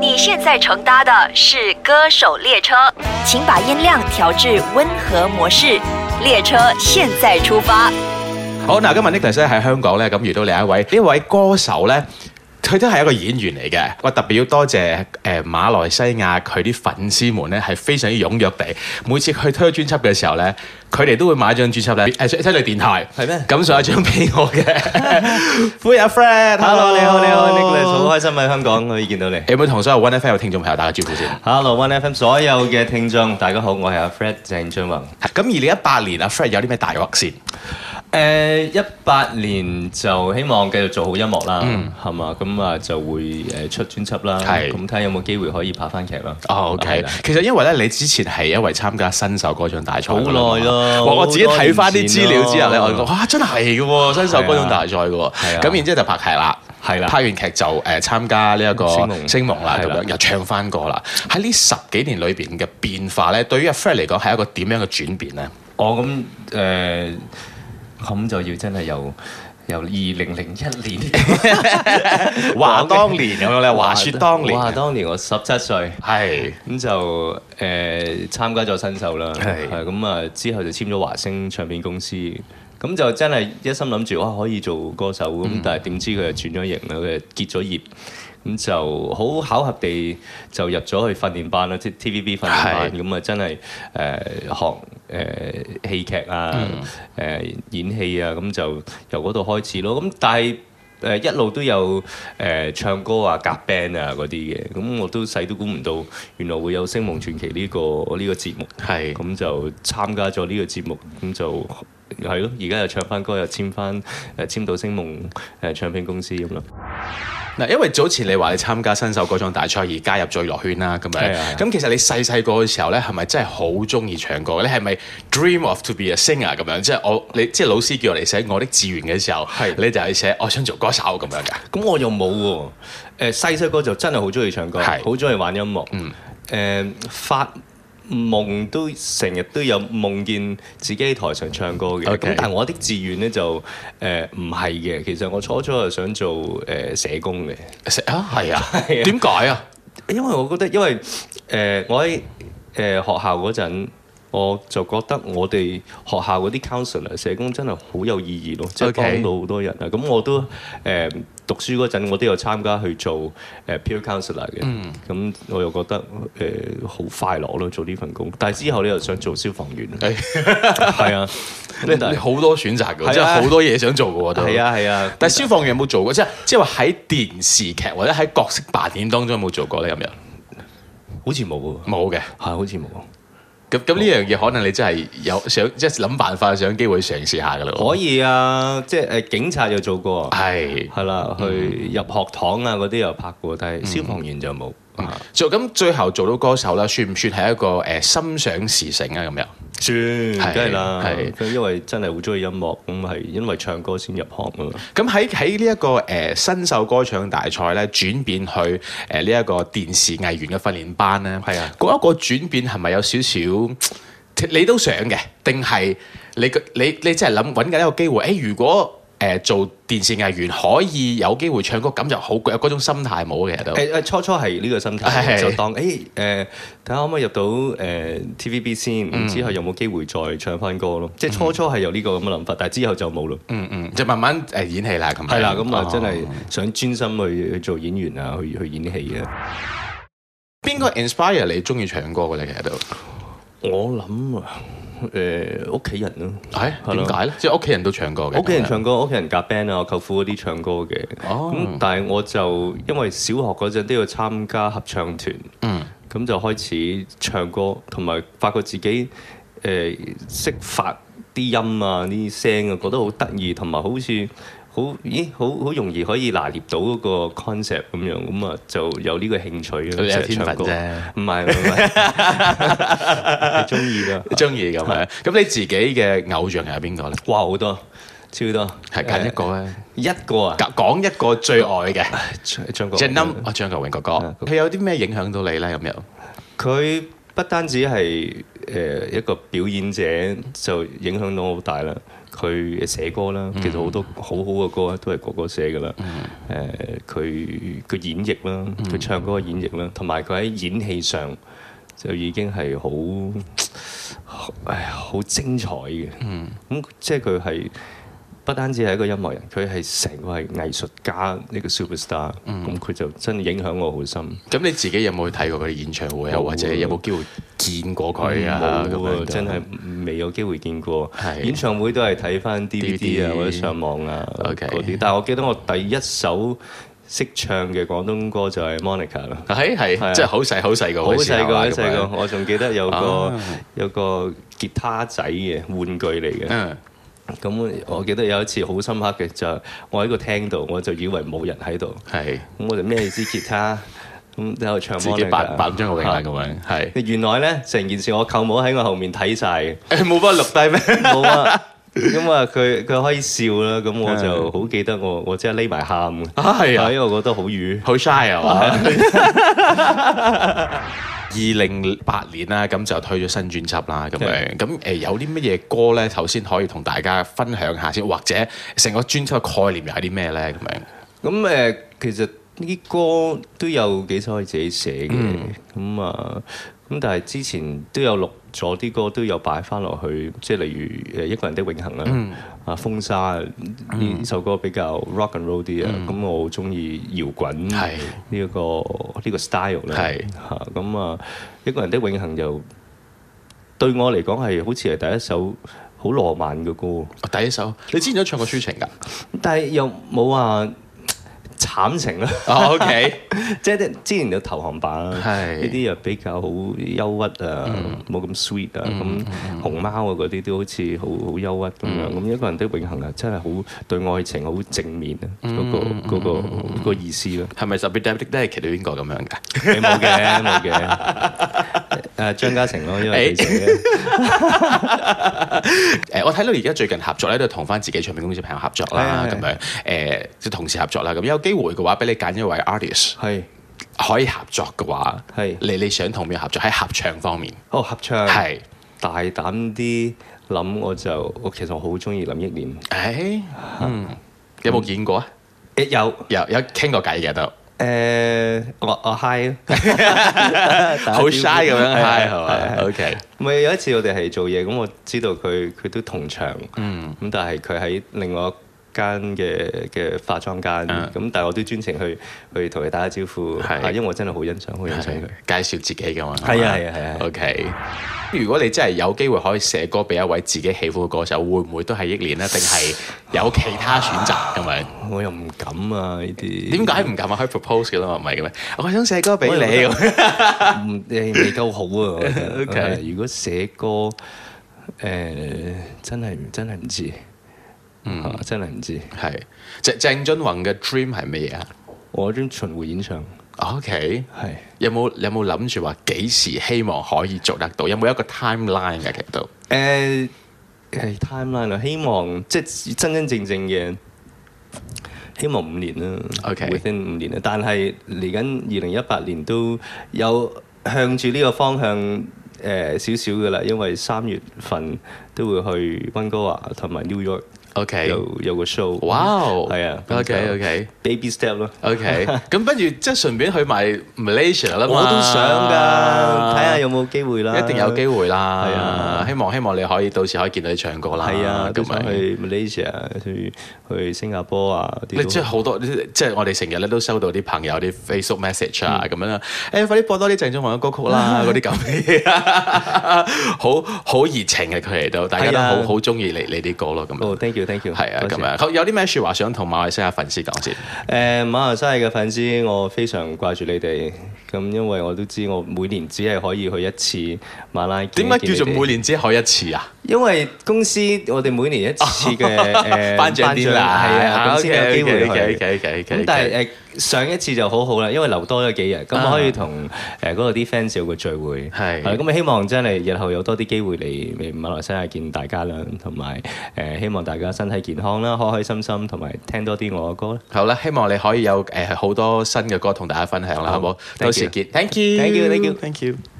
你现在乘搭的是歌手列车，请把音量调至温和模式。列车现在出发。好嗱，今日 Nicholas 咧喺香港咧，咁遇到另一位呢位歌手咧，佢都係一個演員嚟嘅。我特別要多謝誒、呃、馬來西亞佢啲粉絲們咧，係非常之踴躍地，每次佢推專輯嘅時候咧，佢哋都會買張專輯咧，呃誒出出嚟電台係咩咁上一張俾我 嘅。歡迎阿 Fred，hello， Hello，你好，你好，Nicholas，好開心喺香港可以見到你。有冇同所有 One FM 嘅聽眾朋友打個招呼先？ Hello One FM 所有嘅聽眾，大家好，我係阿 Fred 鄭俊宏。咁二零一八年阿 Fred 有啲咩大鑊先？誒一八年就希望繼續做好音樂啦，係嘛、咁啊就會誒出專輯啦，係咁睇下有冇機會可以拍翻劇啦。哦係，OK 啦。其實因為咧，你之前係一位參加新手歌唱大賽好㗎啦嘛耐咯我我好自己多睇翻啲年資前料之後咧，咯我就覺哇，真係嘅喎，新手歌唱大賽嘅喎係。啊咁然之後就拍劇啦，係啦拍完劇就誒參加呢一個星夢星夢啦，咁係啦樣又唱翻歌啦。喺呢十幾年裏邊嘅變化咧，對於阿 Fred 嚟講係一個點樣嘅轉變咧？我哦咁誒，咁就要真係由由二零零一 年。話當 年咁樣咧，話説當年話當年我十七歲。係咁就誒參加咗新秀啦，係係咁啊！之後就簽咗華星唱片公司，咁就真係一心諗住哇可以做歌手咁，但係點知佢就轉咗型啦，佢就結咗業，咁就好巧合地就入咗去訓練班啦，即係 TVB 訓練班，係咁啊真係誒、學誒、戲劇啊，誒、演戲啊，咁就由嗰度開始咯，咁但係。誒、一路都有誒、唱歌啊、夾 band 啊嗰啲嘅，咁我都細都估唔到，原來會有《星夢傳奇》呢、個呢、個節目，係咁就參加咗呢個節目，咁就係咯，而家又唱翻歌，又簽翻誒、簽到星夢誒、呃唱片公司咁咯。嗱，因為早前你話你參加新手歌唱大賽而加入最樂圈啦，咁樣係啊係啊咁其實你細細個嘅時候咧，係咪真係好中意唱歌？你係咪 dream of to be a singer 咁樣？即係我你即係老師叫我嚟寫我的志願嘅時候，你就係寫我想做歌手咁樣㗎。咁我又冇喎、誒細細個就真係好中意唱歌，係嗯好中意玩音樂。誒、發夢都成日都有夢見自己喺台上唱歌嘅。咁 OK 但係我的志願咧就誒唔係嘅。其實我初初係想做誒、社工嘅，寫啊，係啊， 係啊點解啊？因為我覺得因為誒、呃我喺誒、呃學校嗰陣。我就覺得我哋學校嗰啲 counselor 社工真係好有意義咯，即係 OK 幫到好多人啊！咁我都誒、呃讀書嗰陣，我都有參加去做誒、peer counselor 嘅，嗯咁、我又覺得誒呃好、快樂咯，做呢份工。但係之後你又想做消防員，啊係係啊，咁但哎 你係好多選擇係㗎，啊即係好多嘢想做㗎喎都。係。啊係啊，但係消防員有冇做過？即係即係話喺電視劇或者喺角色扮演當中有冇做過咧？咁樣好似冇喎，係冇嘅。好似冇。咁咁呢樣嘢可能你真係有想即係諗辦法想機會嘗試下㗎啦。可以啊，即係誒警察又做過。係係啦，去入學堂啊嗰啲又拍過，但係消防員就冇。嗯啊做咁最後做到歌手啦，算唔算係一個誒、呃心想事成啊？咁樣算，梗係啦，係咁因為真係好中意音樂，咁係因為唱歌先入行啊嘛。咁喺喺呢一個誒、呃新秀歌唱大賽咧，轉變去誒呢一個電視藝員嘅訓練班咧，係啊嗰一個轉變係咪有少少？你都想嘅，定係你個你你真係諗揾緊一個機會？誒、如果誒、呃做電視藝員可以有機會唱歌，咁就好有嗰種心態冇嘅其實都。誒誒，初初係呢個心係態，就當誒誒，睇下可唔可以入到誒 TVB 先，然之後有冇機會再唱翻歌咯。即係初初係有呢個咁嘅諗法，但係之後就冇咯。嗯嗯，就慢慢誒演戲啦咁樣。係啦，咁啊真係哦想專心去去做演員啊，去去演戲啊。邊個 inspire 你中意唱歌嘅咧？其實都。我諗啊，誒屋企人咯。係係點咯解咧？即係屋企人都唱歌嘅，屋企人唱啊歌，屋企人夾 band 啊，我舅父嗰啲唱歌嘅。哦咁、但係我就因為小學嗰陣都要參加合唱團，嗯咁就開始唱歌，同埋發覺自己誒識、發啲音啊、啲聲啊，覺得好得意，同埋好似好咦好好容易可以拿捏到嗰個 concept 咁樣，咁啊就有呢個興趣啊，你有成日天分唱歌啫唔係唔 係，你中意㗎？中意咁樣。咁你自己嘅偶像係邊個咧？哇好多，超多，係揀一個咧，一個啊，講講一個最愛嘅， 唱唱歌即係 number 啊張國榮哥哥，嗯佢有啲咩影響到你咧？咁樣佢不單止係誒、呃一個表演者，就影響到我好大啦。佢寫歌啦，其實好多好好嘅歌咧都係哥哥寫噶啦。誒，佢佢演繹啦，佢唱歌嘅演繹啦，同埋佢喺演戲上就已經係好唉好精彩嘅。咁即係佢係不單止係一個音樂人，佢係成個係藝術家呢個 superstar。咁佢就真係影響我好深。咁你自己有冇睇過佢哋演唱會啊？冇啊或者有冇機會見過佢啊？咁冇樣啊，真係未有機會見過係。演唱會都係睇翻 DVD 啊 DVD 或者上網啊 OK 嗰啲。但係我記得我第一首識唱嘅廣東歌就係 Monica 啦。係係啊係，即係好細好細個好嗰時候細啊，個，好咁細樣個，我仲記得有個啊有個吉他仔嘅玩具嚟嘅。嗯咁我記得有一次好深刻嘅就係我喺個廳度，我就以為冇人喺度，係咁我就孭支吉他，咁喺度唱自己扮 Monica 扮張國榮啊咁樣係。原來咧，成件事我舅母喺我後面睇晒嘅。冇幫錄低咩？冇啊。咁啊，佢佢可以笑啦，咁我就好記得我我即係匿埋喊嘅，啊係啊因為我覺得好瘀。好 shy 啊嘛！ 二零八年啦，咁就推咗新專輯啦，咁樣係咁誒有啲乜嘢歌咧？頭先可以同大家分享下先，或者呃成個專輯嘅概念又係啲咩咧？咁樣咁誒、呃其實呢啲歌都有幾首係自己寫嘅，嗯咁啊、咁但係之前都有錄咗啲歌，都有擺翻落去，即係例如呃誒一個人的永恆啦，嗯啊風沙啊呢首歌比較 rock and roll 啲啊，咁、我好中意搖滾嗯係呢一個呢、個 style 啦，係嚇咁啊一個人的永恆又對我嚟講係好似係第一首好浪漫嘅歌。我第一首，你之前都唱過抒情㗎、但係又冇話慘情啦， 哦、？OK，即係之前有投降版啦，係嗯呢啲又比較好憂鬱啊，冇咁 sweet 啊，咁熊貓啊嗰啲都好似好好憂鬱咁嗯樣，咁一個人的永恆啊，真係好對愛情好正面啊，嗯嗰個嗰個嗰個意思啦，係咪特別 d e d i c a t 到邊個咁 樣㗎？誒冇嘅冇嘅，誒張家誠咯，因為佢寫嘅誒、我睇到而家最近合作咧，都係同翻自己唱片公司朋友合作啦，係咁係樣誒，即係同事合作啦。咁有機會嘅話，俾你揀一位 artist 係可以合作嘅話，係你你想同邊個合作？喺合唱方面，哦合唱係大膽啲諗，我就我其實我好中意林憶蓮，誒，嗯，有冇見過啊？誒有。有有傾過偈嘅都，誒，我我啊 high 咯，好 shy 咁樣係係係係嘛係？OK，咪有一次我哋係做嘢，咁我知道佢佢都同場，嗯咁但係佢喺另外一間嘅嘅化妝間，嗯咁但係我都專程去去同佢打下招呼，係啊因為我真係好欣賞，好欣賞佢。係介紹自己嘅嘛，係啊係啊係啊係啊 OK，如果你真係有機會可以寫歌俾一位自己喜歡嘅歌手，會唔會都係憶蓮呢？定 係有其他選擇咁樣？我又唔敢啊呢啲，點解唔敢啊？可以 propose 嘅啦嘛，唔係嘅咩？我想寫歌俾你咁，唔誒未夠好啊我覺得 OK 係如果寫歌誒真係真係唔知，啊真係唔知。係鄭鄭俊弘嘅 dream 係乜嘢啊哦我專巡迴演唱？OK。係。有冇有冇諗住話幾時希望可以做得到？有冇一個 timeline 嘅？其實都誒係 timeline 啊，希望即係真真正正嘅，希望五年啦 OK within 五年啦。啊但係嚟緊二零一八年都有向住呢個方向誒少少嘅啦，因為三月份都會去温哥華同埋 New York OK。有有個 show。哇哦，係啊，OK OK ！Baby step 咯， OK，咁不啊如即係順便去埋 Malaysia 啦我嘛都想㗎，睇下有冇機會啦。一定有機會啦，係啊希望希望你可以到時可以見到你唱歌啦，係啊，都咁想樣。去 Malaysia、去去新加坡啊嗰啲你都即係好多，即係我哋成日咧都收到啲朋友啲 Facebook message 啊咁樣啦，誒快啲播多啲鄭中華嘅歌曲 啦，嗰啲咁嘅嘢， 好好熱情嘅佢哋都，大家都係啊好好中意你你啲歌咯咁樣。哦，thank you，thank you，係啊，多謝咁樣。好有啲咩説話想同馬來西亞粉絲講先？誒、馬來西亞嘅粉絲，我非常掛住你哋。咁因為我都知我每年只係可以去一次馬拉。點解叫做每？年只可以一次啊？因為公司我哋每年一次 嘅誒頒獎典禮係啊，咁先有機會去。去咁但係誒、上一次就好好啦，因為留多咗幾日，咁啊我可以同誒嗰度啲 fans 有個聚會，係啦咁希望真係日後有多啲機會嚟嚟馬來西亞見大家啦，同埋誒希望大家身體健康啦，開開心心，同埋聽多啲我嘅歌啦。好啦，希望你可以有誒好多新嘅歌同大家分享啦，好好冇？ ，thank 到時 you 見，thank you，thank Thank you，thank you thank you。